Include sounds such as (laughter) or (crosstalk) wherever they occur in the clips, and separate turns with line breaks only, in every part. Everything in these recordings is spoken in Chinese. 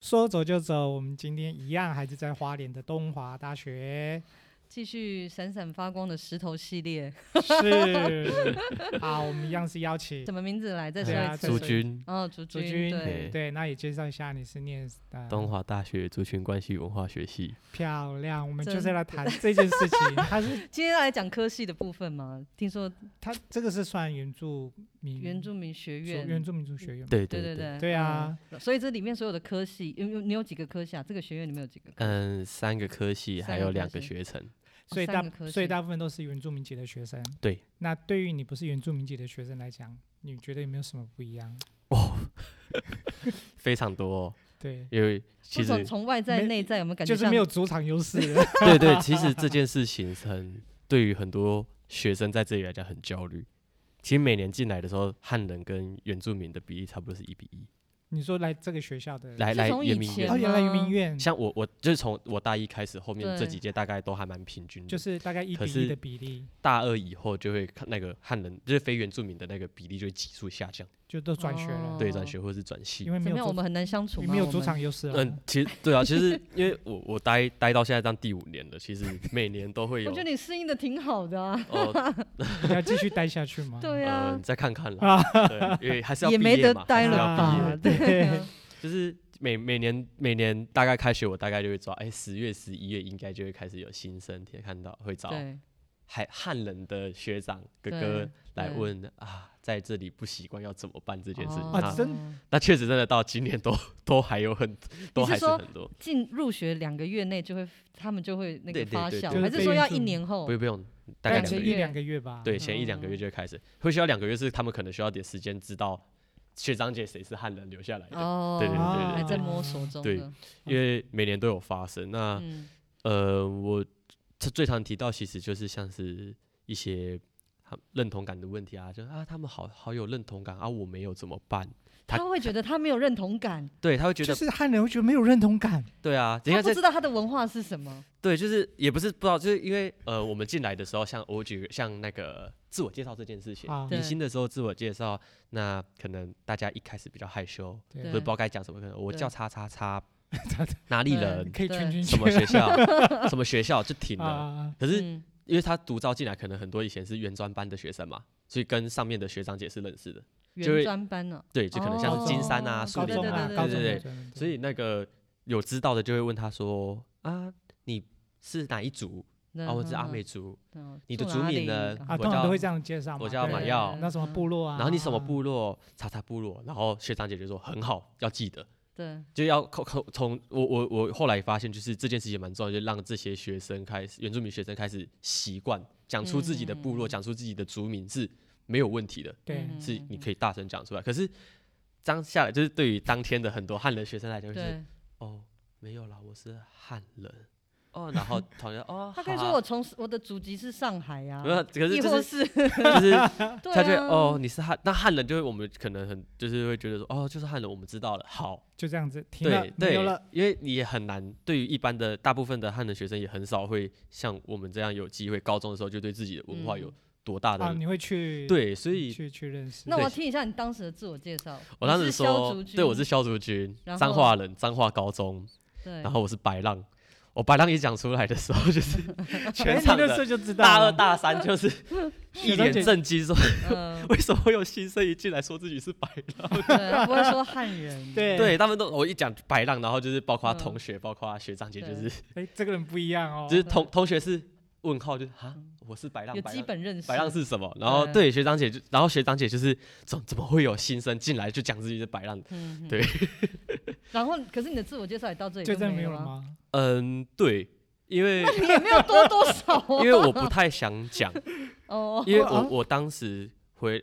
说走就走，我们今天一样还是在花莲的东华大
(laughs)
学，
继续闪闪发光的石头系列，
是啊，我们一样是邀请
什么名字来？再
对啊再
说一次。
说
族军，
哦，竹
竹
君，
君
对，
对
对，那也介绍一下你是念呃
东华大学族群关系文化学系，
漂亮，我们
真
就是来谈这件事情，它是
今天要来讲科系的部分嘛？听说
它这个是算原住民
原住民学院，
原住民族学院吗，
对
对对
对，
对，
对啊
嗯，所以这里面所有的科系，有有你有几个科系啊？这个学院里面有几个科系？
嗯，三个科系
三
还
个
有
科
两个
系
学程，
所以
哦三
大
个科
所以
系
大部分都是原住民籍的学生。
对，
那对于你不是原住民籍的学生来讲，你觉得有没有什么不一样？
(laughs) 非常多哦，
对，
因为其
不
实
从从外在
没
内在有没有感觉
就
像？
是没有主场优
(laughs)
势。
对对，其实这件事情是很对于很多学生在这里来讲很焦虑。其实每年进来的时候，汉人跟原住民的比例差不多是一比一。
你说来这个学校的，
来
是
来，
从
圆
以
明
前
哦，
园，
原来云明院
像我我就是从我大一开始，后面这
对
几届大概都还蛮平均的。
就是大概一
嗯可
比一
是
的比例，
大二以后就会看那个汉人，就是非原住民的那个比例就会急速下降，
就都转学了，
对，
哦
转学或是转系
因。为没
怎么
有
样？我
主
们很难相处吗？
没有
我
主
们
场优势了
嗯，。其实对啊，其实因为我我待待到现在当第五年了，其实每年都会
我
有
觉得你适应的挺好的啊， (laughs)
哦，
你要继续待下去吗？
(laughs)
对啊
嗯，，再看看啦，对，因为还是要
也
毕
没
业
得
嘛还
待
是
了
要毕业
吧？对啊，
就是每每年每年大概开学，我大概就会找，哎、十月、十一月应该就会开始有新生，也看到会 (laughs) 找
对，
海汉人的学长哥
对
哥来
对
问啊，在这里不习惯要怎么办这件事情。
哦
啊
那
真
那确实真的到今年都都还有很都还是
说
很多，
进入学两个月内就会，他们就会那个
对对
发
对
酵，
对
还
对
是说要
对
一年后
不？用不用， (laughs) 大
大
概
概
两嗯个
两
是
个
一
月，
两个月吧。
对，前一两个月就会开始，会需要两个月，是他们可能需要点时间知道学长姐谁是汉人留下来的，
哦，
对对对对
还在摸索中
对
的，
因为每年都有发生。那、
嗯，
呃，我最最常提到其实就是像是一些他认同感的问题啊，就啊他们好好有认同感啊，我没有怎么办？他
他会觉得他没有认同感，
对，他会觉
就
得
是汉人会觉得没有认同感，
对啊，等一
他
下
不
这
知道他的文化是什么，
对，就是也不是不知道，就是因为呃我们进来的时候，像我举个像那个自我介绍这件事情
啊，
对
迎新的时候自我介绍，那可能大家一开始比较害羞，
对
或者不知道该讲什么，可能我
对
叫叉叉
(laughs)
叉 (laughs) 哪里
对
人，
可以圈圈
什么学
(laughs)
校，什么学校就停了。
啊？
可是
嗯
因为他独招进来，可能很多以前是原专班的学生嘛，所以跟上面的学长姐是认识的。就
原
会
专班啊呢，
对，就可能像是金山啊、
哦
树
高
林
中
啊，
啊，
对
高
对
中
对
的
对。
学生
所以那个有知道的就会问他说：“啊，你是哪一族？啊，
嗯
我是阿美族。
嗯，
你的
住
族
哪
名
里
呢
啊，
我
通常
叫
都会这样介绍嘛。
我叫
对
马耀
那什么部落啊？
然后你什么部落？查查部落。”然后学长姐就说：“很好，要记得，
对，
就要扣扣从我我我后来发现，就是这件事情蛮重要，就让这些学生开始，原住民学生开始习惯讲出自己的部落，
嗯
讲出自己的族名是没有问题的。”
对，
嗯
是你可以大声讲出来。可是当下来，就是对于当天的很多汉人学生来讲，就是
对，
哦，没有啦，我是汉人哦，然后同学哦，
他可以
好
说
啊
我从我的祖籍是上海呀，
没有，可是
亦
就
或
是
是 (laughs)
就是
对
他就会
啊
哦，，你是汉，那汉人就会我们可能很就是会觉得说哦，就是汉人，我们知道了，好，
就这样子停了
对，
没
对
有了。，
因为你也很难，对于一般的大部分的汉人学生也很少会像我们这样有机会，高中的时候就对自己的文化有
嗯
多大
啊，
的
你会去
对，所以
去去认识。
那我
对
要听一下你当时的自我介绍。
我当
你
时
是萧
说
族，
对，我是
君
萧族军，
然
彰
后
化人，彰化高中， (laughs)
对，
然后我是白浪，我白浪一讲出来的时候，就是
(laughs)
全场
哎你那时
的
候就知道
大二
了
大三
(laughs)
就是一脸震惊，说
嗯，
为什么会有新生一进来说自己是白浪？
对，不会说汉人，
对
(laughs) 对，他们都我一讲白浪，然后就是包括
嗯
同学，包括学长姐，就
对
是 (laughs)
哎，这个人不一样哦
就。是同同学是问号，就是啊，我是白浪
有，
白
基
浪。
本认识。
白浪是什么？然后
对
对学长姐就，然后学长姐就是怎怎么会有新生进来就讲自己是白浪？
嗯，嗯
对。
然后，可是你的自我介绍也到这里
就这样没
没
有
了
了
啊？
吗？
嗯，对，因为
你也没有多多少啊。
(laughs) 因为我不太想
(laughs)
讲，
哦，
因为我我当时回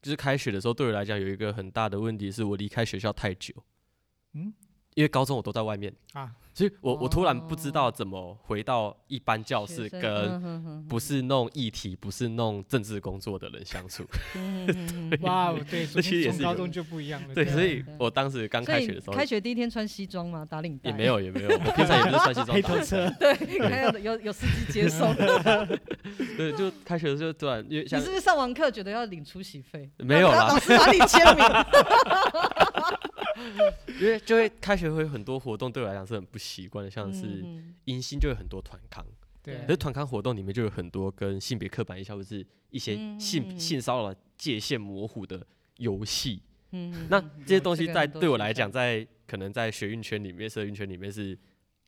就是开学的时候，对我来讲有一个很大的问题，是我离开学校太久。
嗯
嗯，因为高中我都在外面
啊
啊，所以我我突然不知道
哦
怎么回到一般教
学
室
生
哦跟。
嗯哼哼
不是弄议题，不是弄政治工作的人相处。
嗯哼
(laughs)
哼哼
哇哦，对，
这其实也
从
是
高
有
中就不一样了。
(laughs)
啊
对，所以
对
我当时刚
所
开
以
学的时候
开学第一天穿西装嘛，打领带
也没，有也没有，我平常也不是穿西装
黑
打
头
领带
车，
(laughs) 对，还有有有司机
(laughs)
接送。
对，就开学的时候突然因为
你
像
是不是上完课觉得要领出席费？
(laughs) 没有啦
老师哪里签名？
因为就会开学会有很多活动，对我来讲是很不习惯的，像是
嗯
迎新就有很多团康，
对啊
可是团康活动里面就有很多跟性别刻板印象或是一些性、
嗯
性骚扰界限模糊的游戏。
嗯嗯
那
嗯嗯
这些东西
这个
在
很多
对我
现
来讲，
象
在可能在学运圈里面、社运圈里面是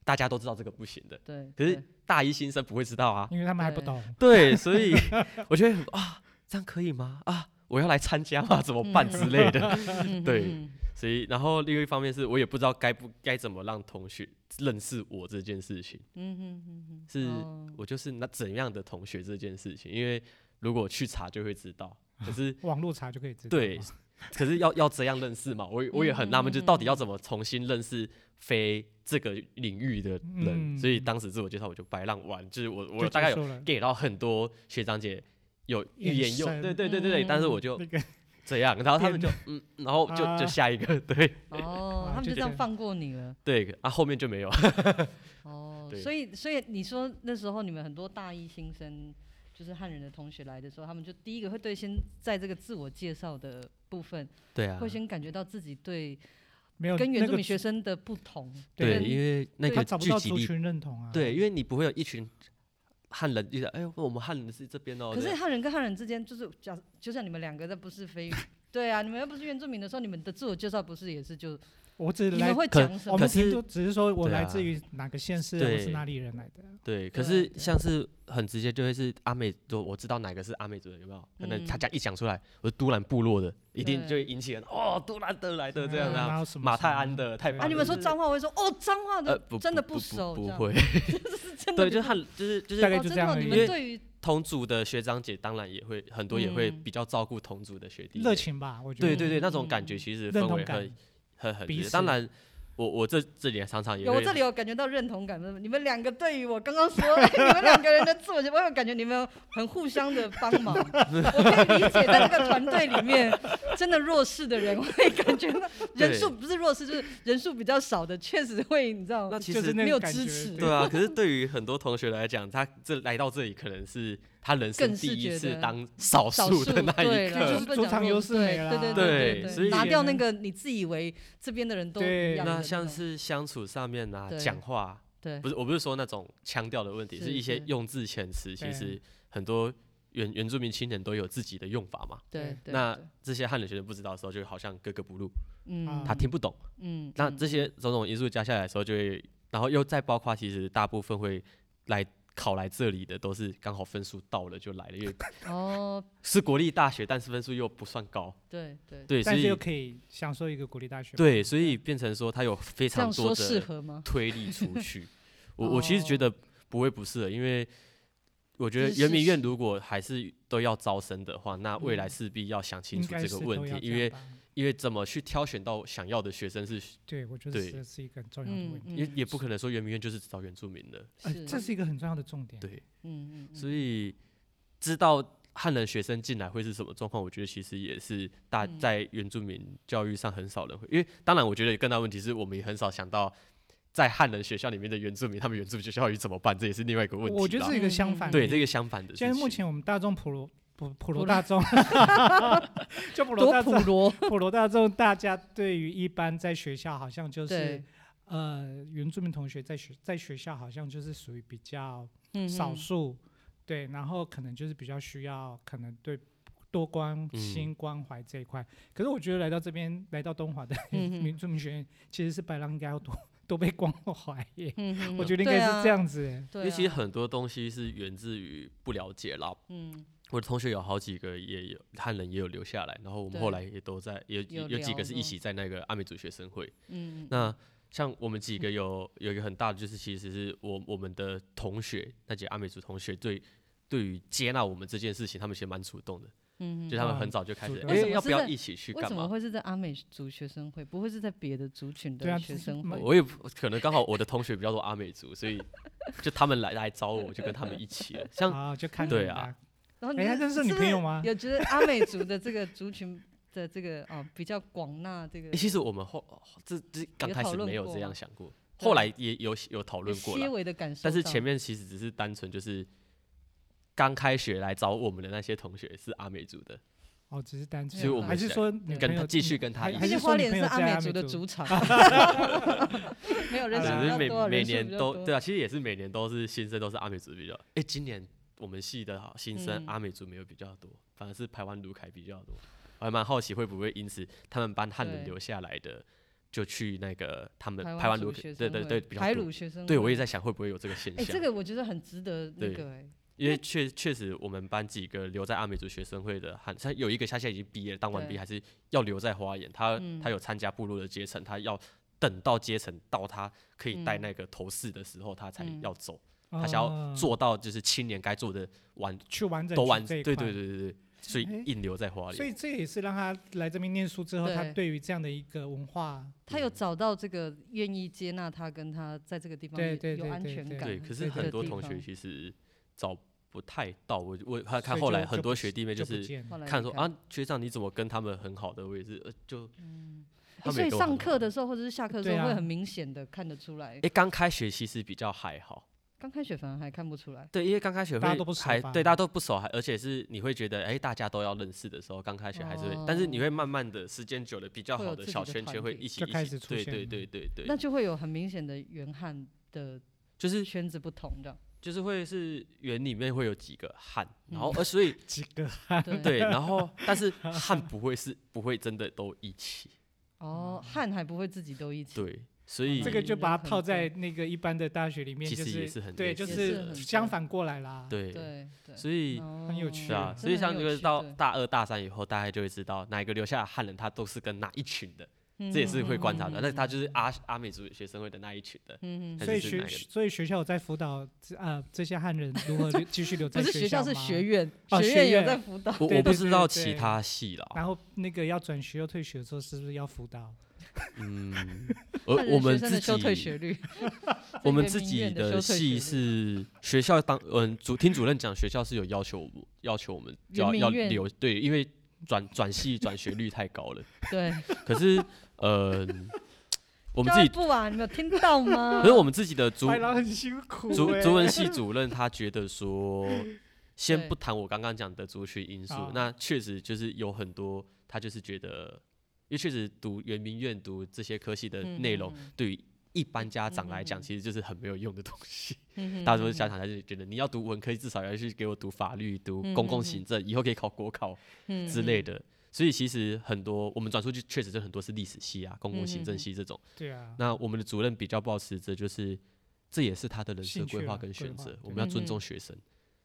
大家都知道这个不行的，
对，
可是
对
大一新生不会知道啊。
因为他们还不
对
懂，
对，
(laughs)
所以我觉得很啊，这样可以吗？啊，我要来参加
嗯
吗？怎么办之类的。
(laughs)
嗯
对
嗯
所以，然后另外一方面是我也不知道该不该怎么让同学认识我这件事情，
嗯嗯嗯嗯，
是
哦
我就是那怎样的同学这件事情，因为如果去查就会知道。可是
(laughs) 网络查就可以知道嘛。
对，可是要要这样认识嘛？我也我
嗯
也很纳闷，就是到底要怎么重新认识非这个领域的人？
嗯
所以当时自我介绍我就白浪玩，就是我我
就
大概
接
有
受
(laughs)
了
get 到很多学长姐有欲
眼
言又
神
对对对对对，
嗯
但是我就
那个
这样，然后他们就嗯，然后就就
啊
下一个 (laughs) 对
哦
(laughs)
啊，
他们
就
就这
这
样
样
放过你了。
对啊，后面就
(laughs)
没有。
哦，
对
所以所以你说那时候你们很多大一新生，就是汉人的同学来的时候，他们就第一个会对先在这个自我介绍的部分，
对啊
会先感觉到自己对
没有
跟原
那
住
个
民学生的不同。
对，
跟
因为那
他
个
找不
聚
到
集
族
力，
群认同啊。
对，，因为你不会有一群汉人，就是哎，我们汉人是这边哦。
可
对
是汉人跟汉人之间，就是假就像你们两个，那不是非对啊，你们又不是原住民的时候，你们的自我介绍不是也是就
我只
你
来
们，会
可
讲什
我
么
们
可？是
顶多只是说我
对
来
啊
自于哪个县市，我
对
是哪里人来的。
对，可
对
是
对
像是很直接，就会是阿美族，我知道哪个是阿美族人，有没有？可能他
嗯
讲一讲出来，我是都兰部落的，一定
对
就会引起人哦，都兰的来的这样
嗯
的
然
啊，
后什么
马
什
泰
么
安的太
对
白
啊，
的
你们说
就是
脏话会说哦，脏话
呃
的
不
真的
不
熟，
不
这样
会，
是真的
对，
比较
就是汉就是就是
大概
哦
就
真
这样
的
而
你
已
们
因为
对于
同组的学长姐，当然也会很多也会
嗯
比较照顾同组的学弟
热
妹，
情吧，我觉得。
对对对，那种感
嗯
觉其实
认
氛
同
围
感
很很很
彼
直接，当
此
然。我我这这里常常也
有，我
会
这里有感觉到认同感。你们两个对于我刚刚说你们两个人的 (laughs) 自我，我有感觉你们很互相的帮忙。
(laughs)
我可以理解，在这个团队里面，真的弱势的人会感觉到人数不是弱势，就是人数比较少的，确实会你知道
那其
就
实
是那
没
个
有
感
支
觉
持
对
(laughs)
对啊，可是对于很多同学来讲，他这来到这里可能是他人生
更是
第一
觉
次
得
当少
少
数的那
对
一
啦
就
刻
是。
不能
主
讲
场
弱
优
势
势没
对
啦
对对
对所以
拿掉那
呢
个你自以为这边的人都
对
一样的
那
那
像
种
是相处上面啊，
对
讲话
对
不是，我不是说那种腔调的问题，
是
是一些
是
用字遣词，其
对
实很多原原住民青年都有自己的用法嘛。
对对
那
对
这些汉人学生不知道的时候，就好像格格不入，
啊
嗯
他听不懂。
嗯
那
嗯
这些种种因素加下来的时候，就会，然后又再包括，其实大部分会来考来这里的，都是刚好分数到了就来
(laughs)
了，因为
哦
是国立大学，但是分数又不算高，
对对
对，所
但是又
以
可以享受一个国立大学。
对，所以变成说他有非
这
常
样说
多
适
的
合吗？
推力出去。我我其实觉得不会不适合，因为我觉得
这是
圆明
事
园
实
如果还是都要招生的话，那未来
嗯
势必要想清
应
楚
该
这
是
个
都
问
要这
题，因
样
为
吧
因为怎么去挑选到想要的学生是，
对，我觉得
对
这是一个很重要的
嗯
问，题，
嗯
也也不可能说圆明园就是只招原住民的，
哎这是一个很重要的重点。
对，
嗯嗯嗯
所以知道汉人学生进来会是什么状况，我觉得其实也是大
嗯
在原住民教育上很少人会，因为当然我觉得更大问题是我们也很少想到在汉人学校里面的原住民，他们原住民学校教育怎么办，这也是另外一个问题啦。
我觉得是一个相
嗯
反。
对这个相反的事
欸现在目
情，
前我们大众普罗普普
罗
罗大
(laughs)
众，就普罗
多
大
普
众 (laughs)
罗，
普罗大众，大家对于一般在学校好像就是
对，
嗯
呃原住民同学在学在学校好像就是属于比较
嗯
少
嗯
数，对，然后可能就是比较需要可能对。多关
嗯
心关怀这一块，可是我觉得来到这边，来到东华的
嗯哼
民族民学院，其实是白狼应该要多多被关怀耶，
嗯嗯
我
嗯
觉得应
对
该
啊
是这样子耶。
因
对
为其实
啊
很多东西是源自于不了解啦。
嗯
我的同学有好几个也有汉人也有留下来，然后我们
对
后来也都在有
有
有几
聊
个是
过
一起在那个阿美族学生会。
嗯，
那像我
(laughs)
们几个有有一个很大的，就是其实是我我们的同学，那几个阿美族同学对对于接纳我们这件事情，他们其实蛮主动的，
嗯嗯
就
嗯
他们
哇
很早就开始
主，动
哎、
为什么
要
是
不要
在
一起去
为
干
什么
嘛？
会是在阿美族学生会？不会是在别的族群
对
的
啊
学
这是
生
蛮
会？
我也不可能刚好我的同学比较多阿美族，所以就他们来来找我，我就跟他们一起了。像
啊，就看
对
你
啊
啦，
然后哦你
哎，他认识你朋友吗？
有觉得阿美族的这个族群的这个哦比较广纳这个
诶，其实我们后这这刚
有
开
讨
始
论
没有
过
这样
吗
想过，
对
后来也有有讨
有
论过
些
了，
微的感受到，
但是前面其实只是单纯就是刚开学来找我们的那些同学是阿美族的。
哦，只是单纯，
所以我们
还是
是
说女
跟
朋友嗯
他继续跟他
还
一起
还
毕
是
竟
说
花
女
莲
朋
是
友
阿
在
美
阿
族的
族，
主
(laughs)
场，没有人
啊
想
只是
要
每
多少
每
人数比
年
较
都
多
对啊，其实也是每年都是新生都是阿美族比较。哎、今年我们系的好新生、
嗯
阿美族没有比较多，反而是台湾卢凯比较多。我还蛮好奇会不会因此他们班汉人
对
留下来的就去那个他们
台
台湾
族
卢凯
学生
对对
会
对比
台
较多
鲁。学生，
对，我也。在想会不会有这个现
哎，
象，
这个我觉得很值得那
对
个哎，
因为确确实我们班几个留在阿美族学生会的汉，像有一个他现在已经毕业了，当完
对
兵还是要留在花莲，他、
嗯
他有参加部落的阶层，他要等到阶层到他可以戴
嗯
那个头饰的时候，他才
嗯
要走。
他
他想要做到就是青年该做的完
哦去完整
都
去
完，
这一
对对
块
对对对，所以
哎
硬留在花
所以
莲。
这也是让他来这边念书之后，他
对
对于这样的一个文化，
他有找到这个愿意接纳他，跟他在这个地方
对
有
对
有
对
安
对
全
对
感
对，
的地方。
可是很多同学其实找不太到，我我
所
看
以
看后
就
来
就
很
不
多
是
学弟妹就
不
是
见了
后来
看
离
说
开
啊，学长你怎么跟他们很好的，我也是呃就
欸
他
所
们也
以
都
上
很好
课的时候或者是下课的时
对
候
啊
会很明显的看得出来。
哎刚开学其实比较还好，
刚开学反而还看不出来，
对，因为刚开学
大家
会
都不熟
还
吧
对大家都不熟，还啊而且是你会觉得哎大家都要认识的时候，刚开学还是会，但是你会慢慢的时间久了比较
哦会有
好的
自己
小
的
圈圈
团
会
体
一起
就开
一
始
起，
出
对
现
对
了
对对对，
那就会有很明显的原汉的
就是
圈子不同这样。
(laughs)
就是会是园里面会有几个汉，然
嗯
后呃，
(laughs)
所以
几个
对
对，然
(laughs)
后但是汉不会是不会真的都一起，
哦，汉还不会自己都一起。
对，所以
哦这个就
嗯
把
人
它
很
套
多
在那个一般的大学里面，
其
就
实也是
是
很
对，
类
就
似
的
是
很
相
多
反过来啦。
嗯
对，
对对，
所以
很有
哦
趣
是啊，
真
所
真
以
的
像
很
这
有
个
趣
到
对
大二大三以后，大家就会知道哪一个留下的汉人，他都是跟哪一群的，
嗯
这也是会观察的。那他就是阿阿美族学生会的那一群的，
嗯，嗯嗯嗯嗯嗯
还
所以
是哪
学
个
所以学校有在辅导这啊这些汉人如何留继续留
(laughs) 不
在
是学
校
校
吗
是学，院，
哦
学
学
院有
院
在辅导。
我
对
我不
对
知
对
道
对
其他
(laughs)
系啦，
然后那个要转学又退学的时候，是不是要辅导？
(laughs)
嗯，而
汉人
我
学
们
生
自
的休退
己
学率，
我们
这
自
个民
己
院的休退
系
学率
是学校当嗯主听主任讲，学校是有要求我们要求我们
人
要
民
要
院
留对，因为转转系转学率太高了。
对，
可是呃， (laughs) 我们
教
自
育
己呃
部啊，你们有听到吗？
(laughs) 可是我们自己的主
白狼很辛苦
族
欸
族
(laughs)
文系主任他觉
(laughs)
得说，先
对哦
不谈我刚刚讲的族群因素
好，
那确实就是有很多他就是觉得，因为确实读圆明院读这些科系的
嗯
内容，，对于一般家长来讲，其实就是很没有用的东西。
嗯
(laughs) 大多数家
长
长还是觉得你要读文科，至少要去给我读法律、读
嗯嗯
公共
嗯
行政，以后可以考国考之类的。所以其实很多我们转出去，确实是很多是历史系啊、公共行
嗯嗯
政
嗯
系这种。
对啊，
那我们的主任比较保持着就是，这也是他的人
兴
生
趣
规划
啊
跟
规
选
划嗯
择
对，
我们要尊
嗯
重
嗯
学生，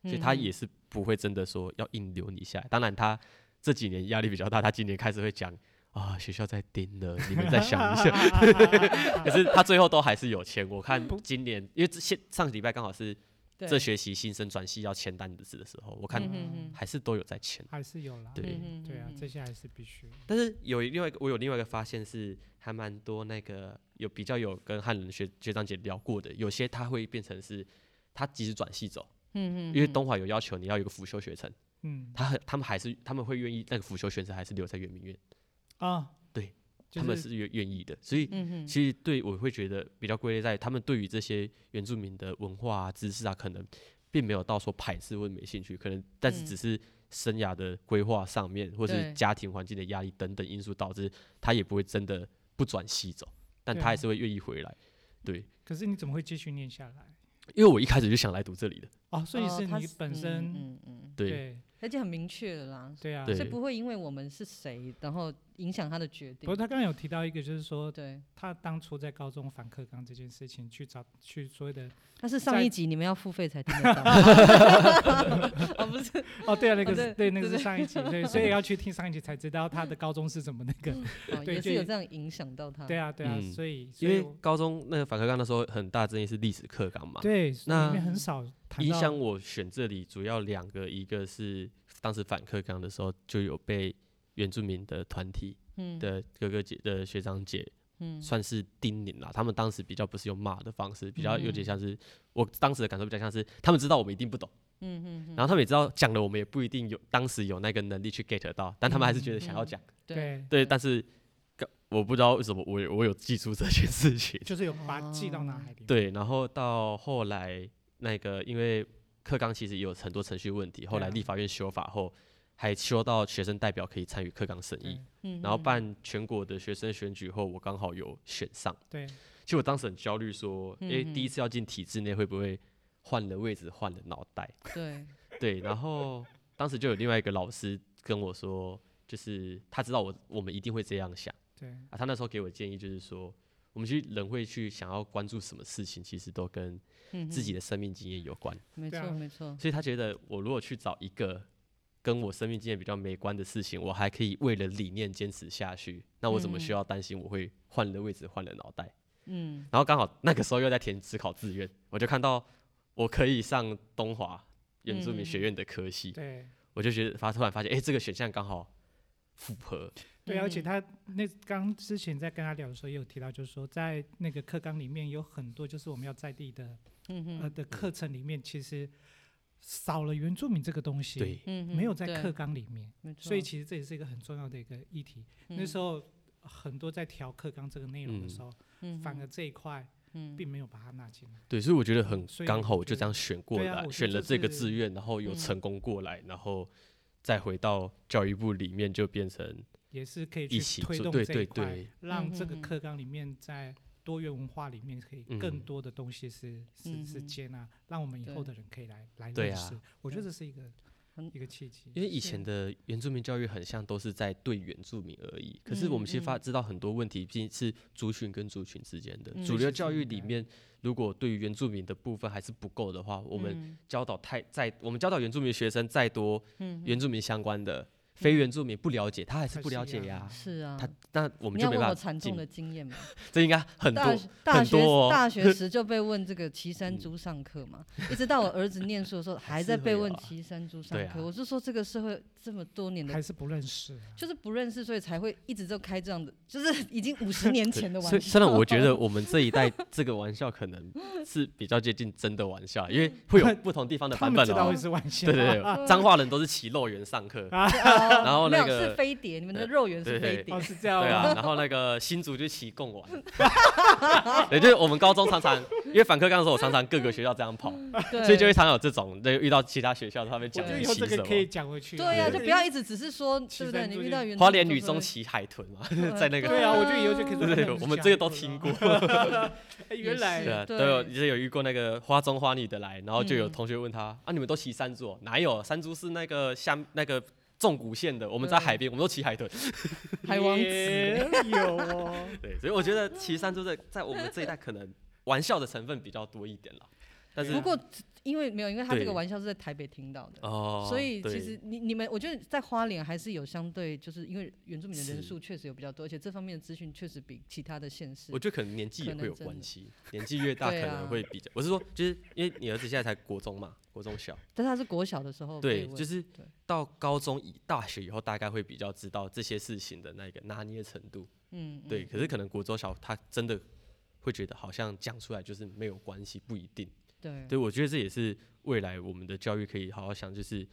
所以他也是不会真的说要硬留你下来。当然，他这几年压力比较大，他今年开始会讲。啊，学校在盯了，你们再想一下。 (laughs) 可是他最后都还是有签。我看今年，因为这现上个礼拜刚好是这学期新生转系要签单子的时候，我看
嗯
还是都有在签。
还是有啦。
对
对啊，这些还是必须。
但是有另外一个，我有另外一个发现是，还蛮多那个有比较有跟汉人学学长姐聊过的，有些他会变成是，他即使转系走，
嗯嗯，
因为东华有要求你要有一个辅修学程，
嗯
他很他们还是他们会愿意那个辅修学程还是留在圆明园，
啊，
对，
就
他们是愿愿意的，所以
嗯嗯
其实对我会觉得比较归类在他们对于这些原住民的文化啊、知识啊，可能并没有到说排斥或没兴趣，可能但是
嗯
只是生涯的规划上面，或
对
是家庭环境的压力等等因素导致他也不会真的不转西走，但
对
他
啊
还是会愿意回来。对，
可是你怎么会继续念下来？
因为我一开始就想来读这里的，
哦，所以
哦
是
他
你本身
嗯嗯嗯，
对
对
而且很明确的啦，
对啊。
对
所以不会因为我们是谁，然后影响他的决
不
定
过。他刚刚有提到一个，就是说
对，
他当初在高中反课纲这件事情，去找去所谓的
但是上
在
一集你们要付费才听
(laughs)
得到，哦不是，
哦，对啊，那个
对
是对，那个
对
是上一集，
(laughs)
对，所以要去听上一集才知道他的高中是怎么那个。
哦
对
也
就是
有这样影响到他。
对啊，对啊，
嗯
所以所
因
以
为
我
高中那个反课纲那时候很大争议是历史课纲嘛，
对
那
里面很少谈
影
到
响我选这里主要两个，一个是当时反课纲的时候就有被原住民的团体
嗯，
的哥哥姐的学长姐
嗯，
算是叮咛啦。他们当时比较不是用骂的方式，比较有
嗯
点像是我当时的感受比较像是他们知道我们一定不懂，
嗯嗯嗯，
然后他们也知道讲了我们也不一定有当时有那个能力去 get 到，但他们还是觉得想要
嗯
讲。
对，
对，但是我不知道为什么我有我有记住这件事情。
就是有把它记到脑海里面。
对，然后到后来那个，因为课纲其实也有很多程序问题，后
对
来
啊
立法院修法后，还修到学生代表可以参与课纲审议
对，
嗯
然后办全国的学生选举后，我刚好有选上。
对，
其实我当时很焦虑，说，
嗯
诶，
嗯
第一次要进体制内会不会换了位置，换了脑袋？
对，嗯
对，然后当时就有另外一个老师跟我说，就是他知道我我们一定会这样想
对，
啊，他那时候给我建议就是说，我们去人会去想要关注什么事情，其实都跟
嗯
自己的生命经验有关，
没
对啊
错没错，
所以他觉得我如果去找一个跟我生命经验比较没关的事情，我还可以为了理念坚持下去，那我怎么需
嗯
要担心我会换了位置，换了脑袋？
嗯
然后刚好那个时候又在填职考志愿，我就看到我可以上东华原住
嗯
民学院的科系，
对，
我就觉得发突然发现，哎、这个选项刚好符合，
对，而且
嗯
他那刚之前在跟他聊的时候，也有提到，就是说在那个课纲里面有很多就是我们要在地的
嗯
呃
嗯
的课程里面，其实少了原住民这个东西，
对，
嗯哼，
没有在
对
课，纲里面，
没错嗯
所以其实这也是一个很重要的一个议题。那时
候
候很多在调课纲这个内
嗯
容的时候，
嗯
反而这一块并没有把它纳进来。
对，所以我觉得很
所以
刚
我
好，我
觉
就
得
这样选过
对
来，
啊我觉
选
得
了
就
这个
是
志愿，然后有
嗯
成功过来，然后再回到教育部里面就变成
也是可以
一起
去推
做，
动
对
这
对
一块，
对，
让这个
嗯哼哼
课纲里面在多元文化里面可以
嗯
更多的东西是是是
嗯哼
接纳，让我们以后
对
的人可以来来
对
认
啊
识。我觉得这是一个
很
一个契机。
因为以
是
前的原住民教育很像都是在对原住民而已，可是我们其实发
嗯嗯
知道很多问题，毕竟是族群跟族群之间的。
嗯
主
其
流
实
教育
应
里
该
面，如果对于原住民的部分还是不够的话，我们
们
教导太再我们教导原住民学生再多
嗯
原住民相关的，非原住民不了解，他还是
还
不
是
了
一
解
样
呀。
是啊，
他那我们
你
就
要
没
问我
办法
惨
进
痛的，经验嘛，
这应该 (laughs) 很
大
多
学大
很
学
多哦嗯
大学
(laughs)
时就被问这个骑山猪上课嘛，一直到我儿子念书的时
(laughs)
候，还在
是会
被
有
问
啊
骑山猪上
对
课。
啊
我是说这个社会这么多年的
还，是不认识啊、
就是不认识，所以才会一直就开这样的，就是已经五十年
(laughs) 对
前的玩
虽
笑。哦
虽然
(laughs)
我觉得我们这一代这个玩笑可能是比较接近真的玩笑，因为会有不同地方的
他
版
们
本
知道
哦
会。是玩笑，啊
对
(laughs)
对对，彰化人都是骑肉圆上课，
然
(laughs) 然后那
没有
个
是飞碟，你们的
对
肉圆是
对
飞
对
哦
碟，
是这样、
对啊，然后那个新竹就骑贡丸， (laughs) 对，就是我们高中常常因为反课纲的时候，我常常各个学校这样跑，
嗯
对，
所以就会常有这种，对，遇到其他学校他们
我
讲
觉得
你
以后
骑
这
什
个可以
么。
讲回去。
对呀，啊
对
就不要一直只是
(laughs)
说，对不
骑
对？
山
你
猪
遇
就
到原
花
住民
莲女
就
中
说
骑海豚嘛，
对
(laughs) 在那个，
对啊，我觉得以后就可以说。
对对对，我们这个都听过，
啊 (laughs) 哎。原来
也 (laughs) 是
对啊，都
对
有就有遇过那个花中花女的来，然后就有
嗯
同学问他啊，你们都骑山猪？哦？哪有山猪是那个下那个纵谷线的，我们在
嗯
对
海边，我们都骑海豚。
海
(laughs)
王子
也有哦。
对，所以我觉得骑山猪在在我们这一代可能玩笑的成分比较多一点了，但是
不过因为没有，因为他这个
对
玩笑是在台北听到的，
哦，
所以
对
其实你你们，我觉得在花莲还是有相对，就是因为原住民的人
是
数确实有比较多，而且这方面的资讯确实比其他的县市
我，觉得可能年纪
可
也会
能
有
真
关
的
系，年纪越大可
对啊
能会比较。我是说，就是因为你儿子现在才国中嘛，国中小，
但是他是国小的时候
对
被，问，
就是
哦对
到高中以大学以后，大概会比较知道这些事情的那个拿捏程度。
嗯，
对，
嗯
可是可能国中小他真的会觉得好像讲出来就是没有关系，不一定。
对
对，我觉得这也是未来我们的教育可以好好想，就是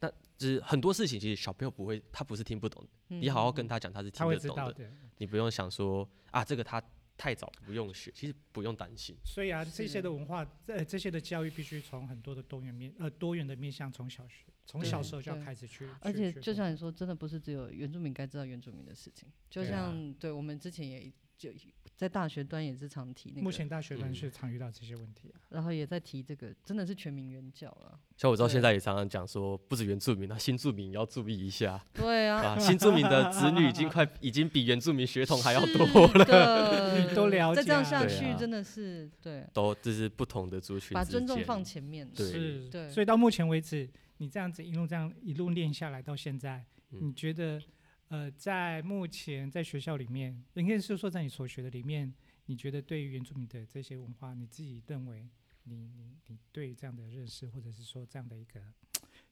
那就是很多事情其实小朋友不会，他不是听不懂的，
嗯
你好好跟他讲，他是
嗯他
听
会
得
知
懂
道
的。
的，
你不用想说啊，这个他太早不用学，其实不用担心。
所以啊，这些
是
的文化，呃，这些的教育必须从很多的多元面，呃，多元的面向，从小学，从小
对
时候就要
对
开始去。去
而且
去
就
做
像你说，真的不是只有原住民该知道原住民的事情，就
对啊
像对我们之前也就在大学端也是常提那
目
个，
前大学端
嗯
是常遇到这些问题啊。
然后也在提这个，真的是全民原教了， (laughs)
像我知道
对
现在也常常讲说，不止原住民啊，新住民也要注意一 (laughs) 下
对啊，
啊，新住民的子女已经快已经比原住民血统还要
是
多了，
的
(laughs) 你都了
再这样
解
下
对
去
啊
真的是对，
都就是不同的族群
把
之
尊重
间
放前面。
对
是，
对
所以到目前为止，你这样子一路这样一路练下来到现在，
嗯
你觉得，呃，在目前在学校里面，应该是说在你所学的里面，你觉得对于原住民的这些文化，你自己认为你你你对这样的认识，或者是说这样的一个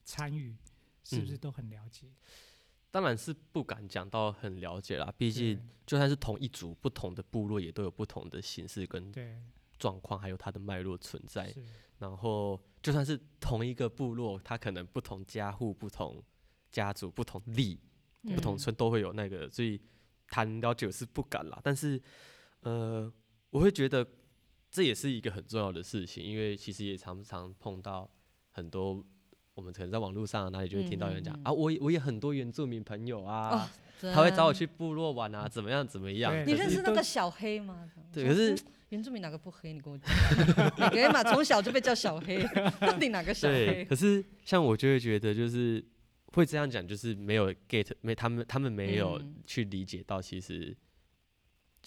参与，是不是
嗯
都很了解？
当然是不敢讲到很了解啦，毕
毕
竟就算是同一组，不同的部落也都有不同的形式跟
对，
状况，还有它的脉络存在。
是
然后就算是同一个部落，它可能不同家户、不同家族、不同力、
嗯
不同村都会有那个，所以谈了解是不敢啦。但是，呃，我会觉得这也是一个很重要的事情，因为其实也常常碰到很多。我们可能在网络上、啊、哪里就会听到有人
嗯
讲、
嗯嗯
啊，我也我也很多原住民朋友
哦
啊，，他
他
会找我。去部落玩啊，怎么样怎么样。
对
你
可
认
是
识那个小黑吗？
对，可是
原住民哪个不黑？你跟我讲， (laughs) 哪个黑嘛？从小就被叫小
(laughs)
黑，到底哪个小
对，
黑？
可是像我就会觉得就是会这样讲，就是没有 get 没他们他们没有
嗯
去理解到其实。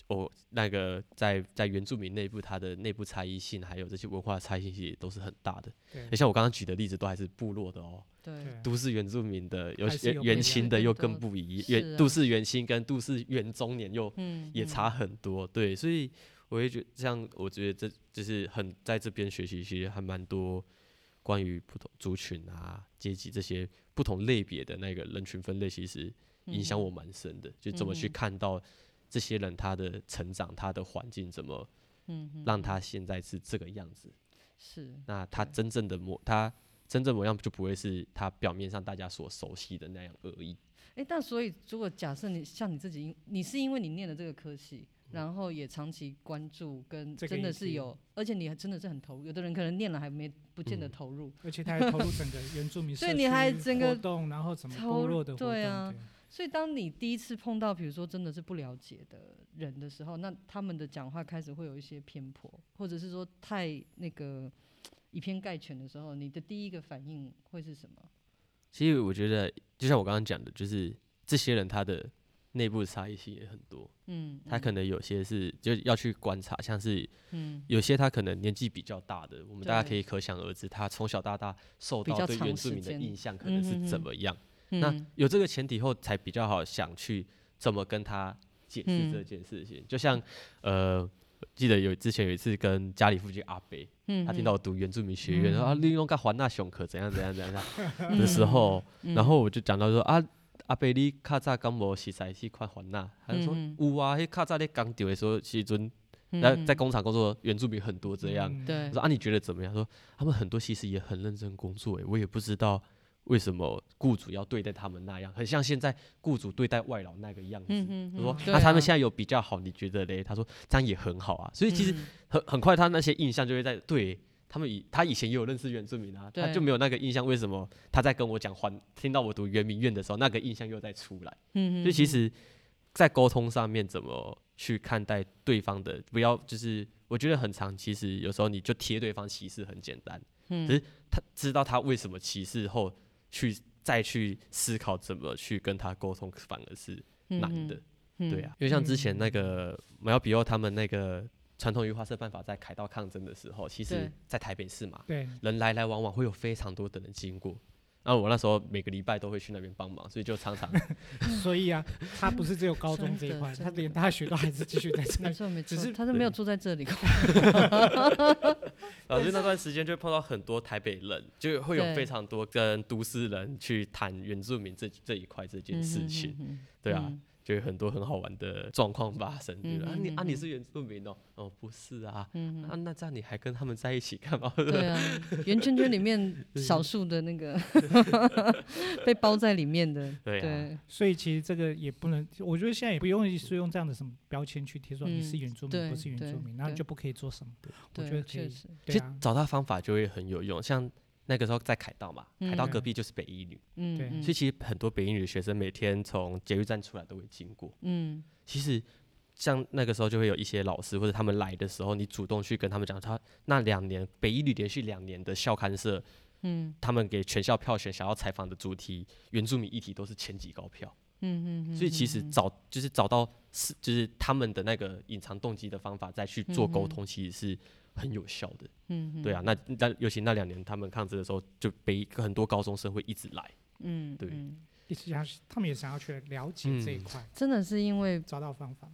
我、那个在在原住民内部，它的内部差异性，还有这些文化差异性也都是很
(laughs)
大的。
对
像我刚刚举的例子，都还是部落的哦。
对，
对
都市原住民的，有
还是
些
有不一
原
样
青
的
的又
对
更不一样，
是
原
啊
都市原青跟都市原中年又
嗯，
也
嗯
差很多，对，所以我会觉得这样，我觉得这就是很在这边学习，其实还蛮多关于不同族群啊、阶级这些不同类别的那个人群分类，其实
嗯
影响我蛮深的，就怎么去
嗯哼
看到这些人他的成长、他的环境，怎么
嗯哼
让他现在是这个样子，
是
那他真正的模，他真正模样就不会是他表面上大家所熟悉的那样而已。
哎，但所以如果假设你像你自己因，你是因为你念了这个科系，
嗯
然后也长期关注跟
这个
真的
议
是
题
有，而且你还真的是很投入，有的人可能念了还没不见得
嗯
投入，
而且他还投入整个原住民社
(laughs) 对
区
你还整个
活动，然后怎么
投
部
入
落的活动，
对啊所以当你第一次碰到比如说真的是不了解的人的时候，那他们的讲话开始会有一些偏颇，或者是说太那个以偏概全的时候，你的第一个反应会是什么？
其实我觉得，就像我刚刚讲的，就是这些人他的内部差异性也很多，
嗯，
他可能有些是就要去观察，像是
嗯
有些他可能年纪比较大的，我们大家
对
可以可想而知，他从小到大受
比
到
较
对
长
原
时
住民的
间
印象可能
嗯哼
是怎
哼
么样。
嗯
那有这个前提后，才比较好想去怎么跟他解释这
嗯
件事情。就像呃，记得有之前有一次跟家里附近阿北，
嗯
他听
嗯
到我读原住民学院，然后啊利用个环那熊可怎样怎样怎样怎样的
嗯
时候，
嗯
然后我就讲到说啊。阿伯，你较早敢无实在去看环那？他就说、
嗯
有啊，迄较早咧工厂的时候，时阵
嗯
那在
嗯
工厂工作的原住民很多这样，
嗯
对
我说啊，你觉得怎么样？他说他们很多其实也很认真工作、欸，我也不知道为什么雇主要对待他们那样，很像现在雇主对待外劳那个样子。
嗯嗯
我说
嗯
那、
对
他
啊
们现在有比较好，你觉得嘞？他说这样也很好啊，所以其实
嗯
很很快他那些印象就会在对。他们以他以前也有认识原住民啊，他
对
就没有那个印象。为什么他在跟我讲还听到我读圆明院的时候，那个印象又在出来？
嗯
所以其实，在沟通上面怎么去看待对方的，不要就是我觉得很长，其实有时候你就贴对方歧视很简单，
嗯
只是他知道他为什么歧视后，去再去思考怎么去跟他沟通，反而是难的，，
嗯
对啊，，因为像之前
嗯
那个马耀比奥他们那个传统鱼花社办法在凯道抗争的时候，其实
对
在台北市嘛，
(laughs)
对，
人来来往往会有非常多的人经过。然后我那时候每个礼拜都会去那边帮忙，所以就常
(laughs)
常
所以啊，他不是只有高中
真
这
的
一块，
真
他连大学都还是继续在
没 (laughs)
那。
错没错
只，是
他都没有住在这里，
老师那段时间就会碰到很多台北人，就会有
对
非常多跟都市人去谈原住民这这一块这件事情，
嗯，嗯
对啊，
嗯
就有很多很好玩的状况发生。对吧？啊
嗯
你啊
嗯
你
嗯
是原住民哦，哦不是啊，
嗯
啊那这样你还跟他们在一起干嘛？ (laughs)
对啊，圆圈圈里面少数的那
(laughs)
个被包在里面的，
对啊
对
所以其实这个也不能，我觉得现在也不用是用这样的什么标签去贴说你是
嗯
原住民，
对
不是原住民，
对
然后
对
就不可以做什么。我觉
对
得可
确
以，
实，
其
对
实
啊，
找到方法就会很有用，像。那个时候在凯道嘛，凯道
嗯
隔壁就是北一女，
嗯
对
嗯
所以其实很多北一女的学生每天从捷运站出来都会经过。
嗯
其实像那个时候就会有一些老师或者他们来的时候，你主动去跟他们讲，他那两年北一旅连续两年的校刊社，
嗯
他们给全校票选想要采访的主题原住民议题都是前几高票，
嗯嗯，
所以其实找就是找到是就是他们的那个隐藏动机的方法再去做沟通，其实是。很有效的，
嗯
对啊，那那尤其那两年他们抗争的时候，就北很多高中生会一直来，
嗯
对
嗯
一直想他们也想要去了解这一
嗯
块，
真的是因为
找到方
(laughs)
法。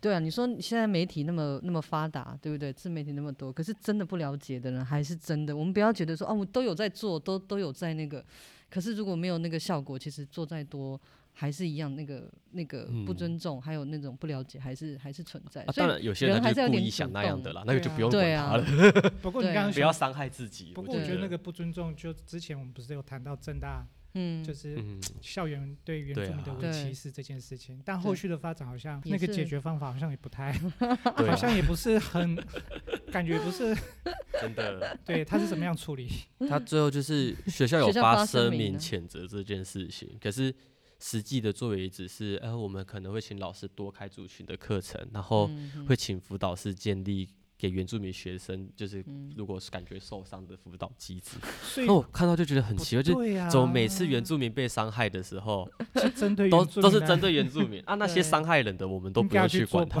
对啊，你说现在媒体那么那么发达，对不对？自媒体那么多，可是真的不了解的人还是真的。我们不要觉得说啊，我都有在做，都都有在那个，可是如果没有那个效果，其实做再多还是一样，那个那个不
嗯
尊重，还有那种不了解，还是还是存在。
啊、
呃所
当
以
然有些
人
人
还
他
是
就
要
故
有点
意想
主
那样
动
的啦，那个就
对啊
不用
对
管他
啊
了，
不过你
对啊
刚刚
(laughs) 不要
说，
伤害自己。
不过我
对
觉得那个不尊重，就之前我们不是有谈到正大，
嗯，
就是
嗯，
(laughs)
校园对原住民的
对
无
啊
歧视这件事情，但后续的发展好像
也
那个
是
(laughs)
解决方法好像也不太，
对
好
啊，
像也不是很，感觉不是
真的。
对他是怎么样
(laughs)
处理？
他最后
(laughs)
就是学校
嗯学
有
校
发
发声
声
明
明
了
谴责这件事情，可是实际的作为只是，呃，我们可能会请老师多开族群的课程，然后
嗯
哦会请辅导室建立给原住民学生，就是
嗯
如果是感觉受伤的辅导机制。
所以
那我看到就觉得很奇怪，就
对呀、啊
怎么每次原住民被伤害的时候，
是针对
都
原住
都
民
是
来
针对原住民啊，那些
对
伤害人的我们都
应
不
该要
用
去
去管
做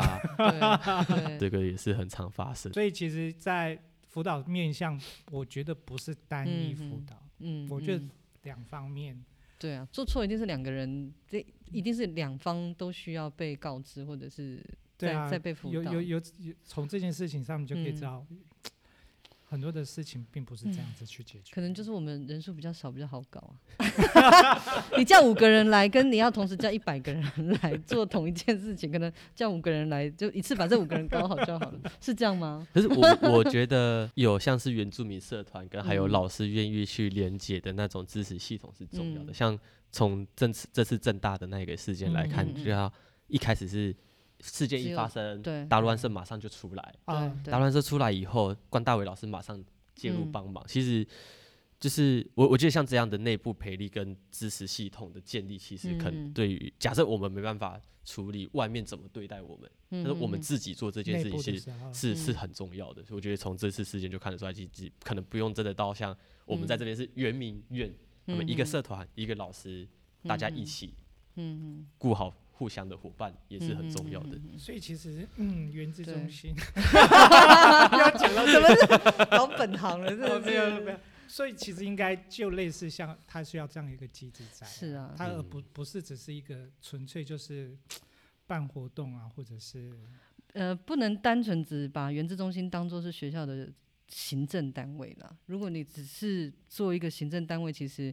(laughs)
他，
对对
这个也是很常发生。
所以其实，在辅导面向，我觉得不是单一辅
嗯
导，
嗯，
我觉得
嗯
两方面。
对啊，做错一定是两个人，这一定是两方都需要被告知，或者是
对
再
啊，
再被辅
有
导
有有有，从这件事情上面就可以知
嗯
道，很多的事情并不是这样子去解决。
嗯可能就是我们人数比较少，比较好搞啊。 (laughs) 你叫五个人来，跟你要同时叫一百个人来做同一件事情，可能叫五个人来就一次把这五个人搞好就好了，是这样吗？
可是我
(laughs)
我觉得有像是原住民社团跟还有
嗯
老师愿意去连接的那种支持系统是重要的。
嗯
像从这次这次正大的那个事件来看，
嗯嗯嗯
就要一开始是事件
只
一
有
发生，
对
达乱社马上就出来，
啊，
对对，
达乱社出来以后，关大伟老师马上介入
嗯
帮忙。其实就是我我觉得像这样的内部培力跟支持系统的建立，其实可
嗯
能
嗯
对于假设我们没办法处理外面怎么对待我们，
嗯
但是我
嗯
们
嗯
自己做这件
内
事情
部
是
的时候，
是是
嗯
很重要的。所以我觉得从这次事件就看得出来，其实可能不用真的到像我们在
嗯
这边是圆明院，那么、一个社团、一个老师，大家一起，嗯，顾好互相的伙伴也是很重要的。
所以其实嗯，原子
对
中心
(laughs) 要讲到什么是 (laughs) 老本
(laughs)
行了，真
哦
的
没有没
是
有，所以其实应该就类似像它需要这样一个机制在，
是啊
它而
嗯
不不是只是一个纯粹就是办活动啊，或者是
呃，不能单纯只把原子中心当做是学校的行政单位啦。如果你只是做一个行政单位，其实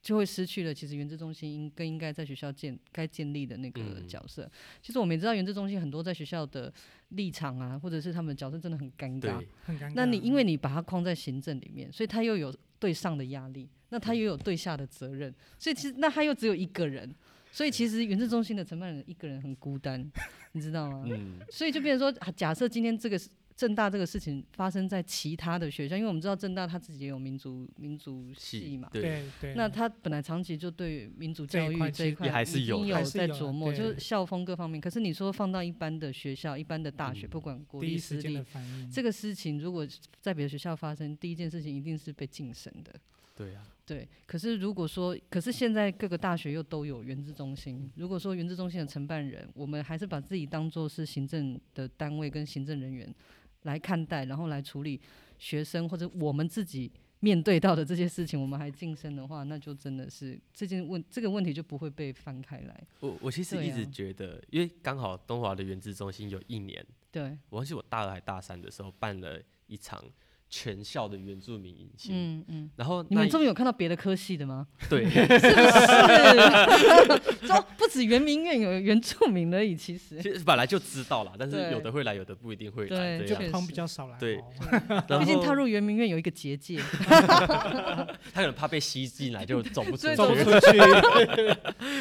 就会失去了其实原子中心应更应该在学校建该建立的那个
嗯
角色。其实我们也知道原子中心很多在学校的立场啊，或者是他们的角色真的很尴
对
尬。，
很尴尬。
那你因为你把它框在行政里面，所以他又有对上的压力，那他又有对下的责任，所以其实那他又只有一个人，所以其实原子中心的承办人一个人很孤单，你知道吗？
嗯，
所以就变成说，啊假设今天这个事正大这个事情发生在其他的学校，因为我们知道正大他自己也有民族民族系嘛，
对，
对对，
那他本来长期就对民族
这一
教育
块
这
其
一
实
块
也还是
已经
有
还是
在
有啊
琢磨，
对
就是校风各方面。可是你说放到一般的学校、一般的大学，
嗯
不管国
第
立、
一
私
时间
立
的，嗯反应，
这个事情如果在别的学校发生，第一件事情一定是被晋升的。
对啊，
对，可是如果说，可是现在各个大学又都有原子中心。如果说原子中心的承办人，我们还是把自己当做是行政的单位跟行政人员来看待，然后来处理学生或者我们自己面对到的这些事情，我们还晋升的话，那就真的是这件问这个问题就不会被翻开来。
我我其实
对
一直
啊
觉得，因为刚好东华的原子中心有一年，
对，
我忘记我大二还大三的时候办了一场全校的原住民迎新，
嗯嗯。
然后
你
那
们
一
终于有看到别的科系的吗？ (laughs)
对，
是不是？ (laughs) 说不止原民院有原住民而已，其实。
其实本来就知道啦，但是
对
有的会来，有的不一定会来，
对啊
这
就
样
确。
通
实
比较少来
对
哦，
然
毕竟
后
踏入圆明园有一个结
(laughs)
界，
他可能怕被吸进来，就走不出
对
去，
走不出
(laughs)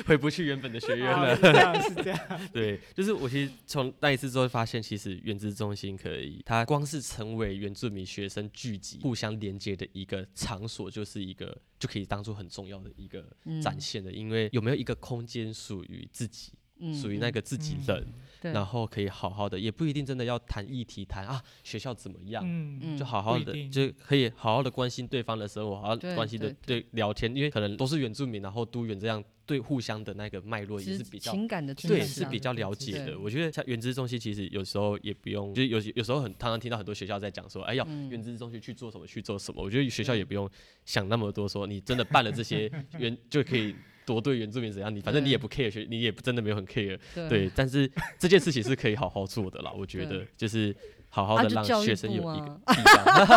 回不去原本的学院
啊
了。
是这样是这
(laughs)
样，
(laughs) 对，就是我其实从那一次之后发现，其实原子中心可以，它光是成为原住民学生聚集、互相连接的一个场所，就是一个就可以当做很重要的一个展现的，因为有没有一个空间属于自己，
嗯
属于那个自己人，
对
然后可以好好的，也不一定真的要谈议题，谈啊学校怎么样，
嗯，
嗯
就好好
不一
的，
定
就可以好好的关心对方的生活，好好地
对
关心的对聊天，因为可能都是原住民，然后都原这样对互相的那个脉络也
其
是
实
比较
情感的
情
对
感
是
上
比
的
较
东
了
西
解
对
的。我觉得像原知中心其实有时候也不用，就是有有时候很常常听到很多学校在讲说，哎要
嗯
原知中心去做什么去做什么，我觉得学校也不用想那么多，说你真的办了这些原就可以。多对原住民怎样？你反正你也不 care，学你也不真的没有很 care，
对
对。但是这件事情是可以好好做的啦，我觉得
对
就是好好
啊
的
就
让
教育
学生有
部
一
啊
个地方，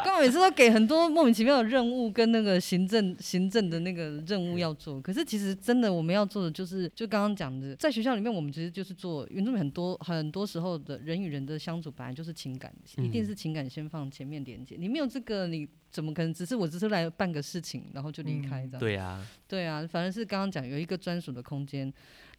(laughs) 干嘛每次都给很多莫名其妙的任务跟那个行政行政的那个任务要做？可是其实真的我们要做的就是，就刚刚讲的，在学校里面我们其实就是做原住民很多很多时候的人与人的相处，本来就是情感，
嗯
一定是情感先放前面连接。你没有这个，你怎么可能只是我只是来办个事情，然后就离开
嗯
这样？
对啊，
对啊，反正是刚刚讲有一个专属的空间，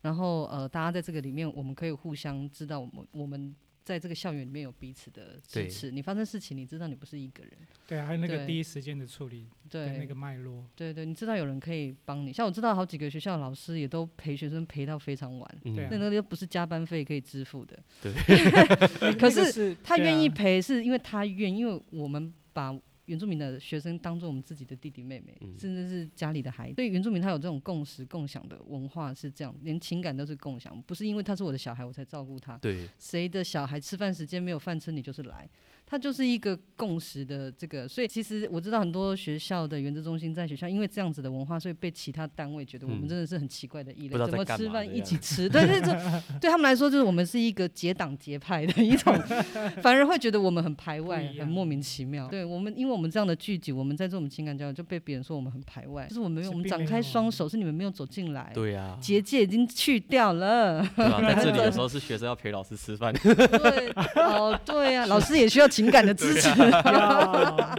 然后呃，大家在这个里面，我们可以互相知道我们我们在这个校园里面有彼此的
对
支持。你发生事情，你知道你不是一个人，
对啊，还有那个
对
第一时间的处理跟
对
那个脉络，
对对，你知道有人可以帮你。像我知道好几个学校的老师也都陪学生陪到非常晚，
嗯
对啊
那那个又不是加班费可以支付的。可
那个
是
是
他
对啊
愿意陪，是因为他愿，因为我们把原住民的学生当做我们自己的弟弟妹妹，
嗯
甚至是家里的孩子。所以原住民他有这种共识共享的文化是这样，连情感都是共享，不是因为他是我的小孩我才照顾他。
对，
谁的小孩吃饭时间没有饭吃，你就是来，他就是一个共识的这个。所以其实我知道很多学校的原子中心在学校，因为这样子的文化，所以被其他单位觉得我们
嗯
真的是很奇怪的异
不
类，
知道
怎么
在干
吃
嘛
饭
这
一
样
起吃？但是这 (laughs) 对他们来说，就是我们是一个结党结派的一种， (laughs) 反而会觉得我们很排外
不一，样
很莫名其妙。对我们，因为我们这样的聚集，我们在做我们情感交流，就被别人说我们很排外，就是我们没有
是
我们
并
展
没
开
有
双手，是你们没有走进来，
对啊，
结界已经去掉了。
对啊，
(laughs)
在这里有时候是学生要陪老师吃饭，
对，哦，对
(laughs)
啊，老师也需要情感的支持。
啊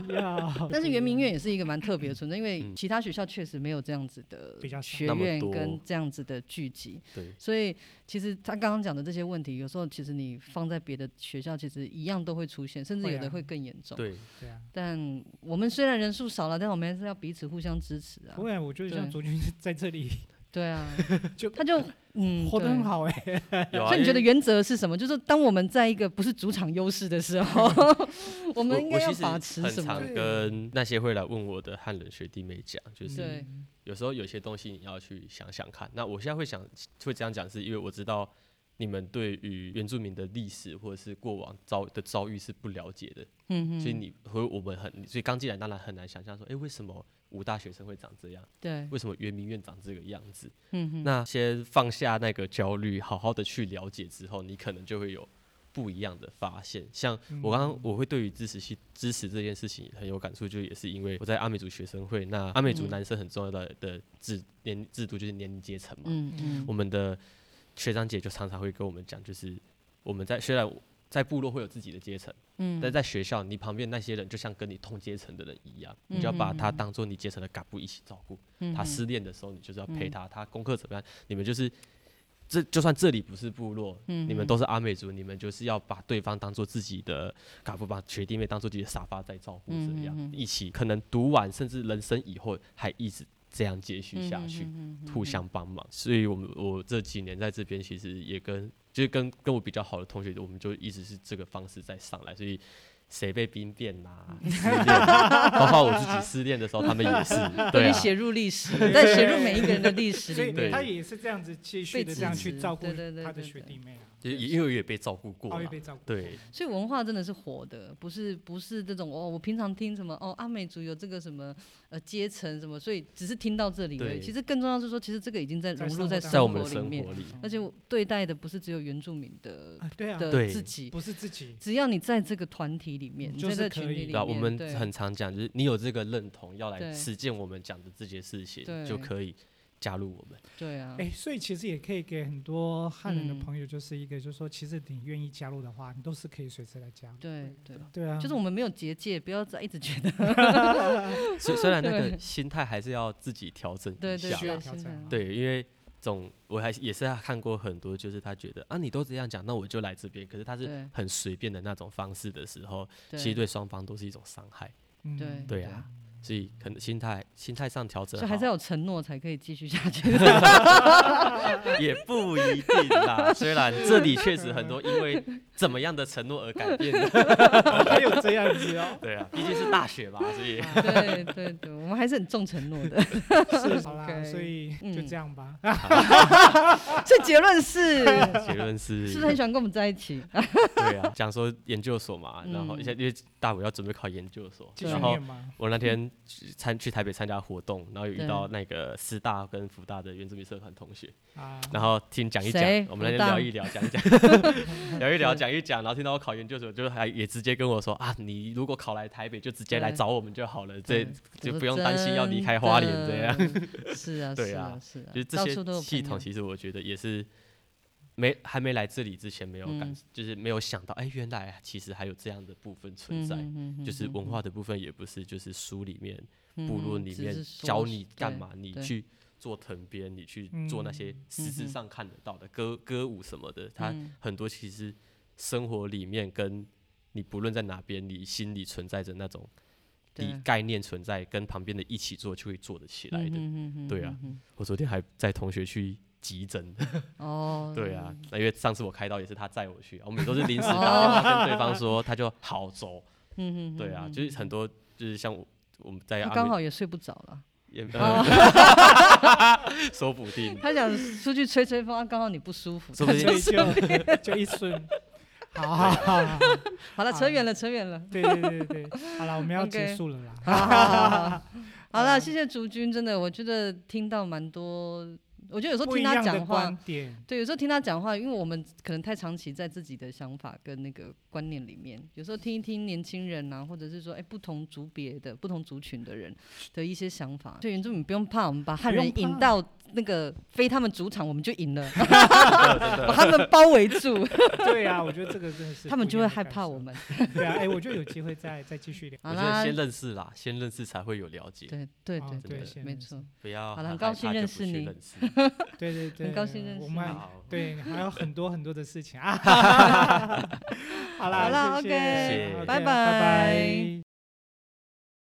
要要，
(laughs) 但是圆明园也是一个蛮特别的存在，因为
嗯
其他学校确实没有这样子的
比较少
学
那么
院
多
跟这样子的聚集，
对，
所以其实他刚刚讲的这些问题，有时候其实你放在别的学校，其实一样都会出现，甚至
会
有的
啊
会更严重。 (laughs)
对，
对啊，
但我们虽然人数少了，但我们还是要彼此互相支持啊
不。然我觉得像
对
卓君在这里
对
(laughs)
啊，
就
他就嗯，
活得很
对。
好哎，
有啊。
所以你觉
因为
得原则是什么？就是当我们在一个不是主场优势的时
(laughs)
候，我们应
我我
该要
其实
把持
很
什么？
常跟那些会来问我的汉人学弟妹讲，就是
对
嗯，
有时候有些东西你要去想想看。那我现在会想会这样讲，是因为我知道你们对于原住民的历史或者是过往遭的遭遇是不了解的，
嗯嗯，
所以你和我们很，所以刚进来当然很难想象说，哎、为什么武大学生会长这样？
对，
为什么圆明园长这个样子？
嗯哼，
那先放下那个焦虑，好好的去了解之后，你可能就会有不一样的发现。像
嗯
我刚刚我会对于支持系支持这件事情很有感触，就也是因为我在阿美族学生会，那阿美族
嗯
男生很重要的的制年制度就是年龄阶层嘛，
嗯嗯，
我们的学长姐就常常会跟我们讲，就是我们在虽然在部落会有自己的阶层，
嗯
但在学校你旁边那些人就像跟你同阶层的人一样，你就要
嗯
把他
嗯嗯
当做你阶层的干部一起照顾。
嗯
他
哼
失恋的时候，你就是要陪
嗯
他；他功课怎么样，你们就是这就算这里不是部落，
嗯
你们都是阿美族，你们就是要把对方当做自己的卡布，把学弟妹当做自己的沙发在照顾，
嗯
这样、
嗯嗯
一起可能读完，甚至人生以后还一直这样接续下去，
嗯
互相帮忙。所以我们我这几年在这边其实也跟就是跟跟我比较好的同学，我们就一直是这个方式在上来，所以。谁被兵变呐、
(laughs)
失恋啊，包括我自己失恋的时候，他们也是，
都
对
被
啊，
写入历史 (laughs) 了，但写入每一个人的历史
所
里
以
对
他
面。
也是这样子继续的这样去照顾
对对对
他的
对
学
对哦
弟妹啊，
就是因为我也被照顾过
他会
啦
被照顾。
对，
所以文化真的是活的，不是不是这种哦。我平常听什么哦，阿美族有这个什么呃阶层什么，所以只是听到这里而已。
对
其实更重要是说，其实这个已经在
在
融入
生活当
生
在我们
里
生
面，
活里，
而且我对待的不是只有原住民的
啊，对啊，
的
对
自己，
不是自己，
只要你在这个团体里面，你
就
在
是
这个
可
群体
以
里
对啊，
面，
我们
对
很常讲，就是你有这个认同，要来
对
实践我们讲的这些事情，
对
就可以加入
(laughs)
我们。
对啊，
哎，所以其实也可以给很多汉人的
嗯
朋友，就是一个，就是说，其实你愿意加入的话，你都是可以随时来加入。
对对，
对啊，
就是我们没有结界，不要再一直觉得。
虽虽然那个
对
心态还是要自己调整
对
一
对
下
需要
啦，
调整啊
对，因为总我还是也是看过很多，就是他觉得啊，你都这样讲，那我就来这边，可是他是
对
很随便的那种方式的时候，
对
其实对双方都是一种伤害。
嗯
(laughs) 对
对啊，所以可能心态心态上调整
所以
好
还是，要有承诺才可以继续下
(laughs)
去。
也不一定啦。虽然这里确实很多因为怎么样的承诺而改变的，。
还有这样子哦
(laughs)
对 (laughs) 啊，毕竟是大学嘛，所以
对对对，我们还是很重承诺的。 (laughs)
是好啦，
OK
所以就
嗯
这样吧。啊
所以结论
(laughs)
是，
结论是，
是不是很喜欢跟我们在一起？
对啊，讲说研究所嘛，然后
嗯
因为因为大五要准备考研究所，
继续
然后
念嘛，
我那天去参去台北参加活动，然后有遇
对
到那个师大跟福大的原住民社团同学，
啊，
然后听讲一讲
谁，
我们那天
福大
聊一聊，讲
(laughs)
一讲，聊一聊，讲一讲，然后听到我考研究所，就还也直接跟我说啊，你如果考来台北，就直接来
对
找我们就好了，这
对
(laughs) 就
我说
不用担心要离开花莲这样。
真的。是啊，
对
是啊
啊，
是啊
(laughs) 就是，
到
这
处都有
些系统，
朋友
其实我觉得也是没还没来这里之前没有感，
嗯
就是没有想到，哎，原来其实还有这样的部分存
嗯
在，就是文化的部分也不是，就是书里面、
嗯
部落里面教你干？嘛，你
对
去做藤编，你去做那些
嗯
实质
嗯哼
上看得到的歌歌舞什么的，它
嗯
很多其实生活里面跟你不论在哪边，你心里存在着那种
对
你概念存在，跟旁边的一起做就会做得起来的。
嗯的
对啊，
嗯
我昨天还带同学去急诊，
哼哦，
对啊，那因为上次我开刀也是他载我去，啊我们都是临时打电话跟
(laughs)
对方说，他就好走。
嗯哼，嗯
对啊，
嗯
就是很多就是像我我们在
他
哎阿
刚
美
好也睡不着了，
也呃
哦
(laughs) 说不定，
他想出去吹吹风，啊刚好你不舒服。
说不定
所以就就一瞬， (laughs) 好好好，好
好了，扯远了，扯远了。
对对对对，好了，我们要
OK
结束了啦。
好好好好好 (laughs) 好了，谢谢竹君，真的，我觉得听到蛮多，我觉得有时候
不一
听他
样的
讲话
观，点，
对，有时候听他讲话，因为我们可能太长期在自己的想法跟那个观念里面，有时候听一听年轻人啊，或者是说，哎，不同族别的、不同族群的人的一些想法，所以原住民不用怕，我们把汉
不用
人
怕
引到那个 (laughs) 非他们主场，我们就赢了，把他们包围住，
(laughs) 对啊，我觉得这个真的是
他们
不一
就会
样的
害
感
怕
受
我。们。
对啊，哎，我觉得有机会再再继续聊。
(laughs) 好
我觉得
啦，
先认识啦，先认识才会有了解，
对对
哦
对
对
对，
先
没
认识
错。
不要
好啦
很
很高
害
兴
怕就
认
不
识
去
你
认识
对对对，
高兴认
我
识
们
你
好，
对还有很多很多的 (laughs)
(laughs)
事情啊。好啦，
好啦
谢谢
OK，
谢谢
好的
拜
拜
拜
拜。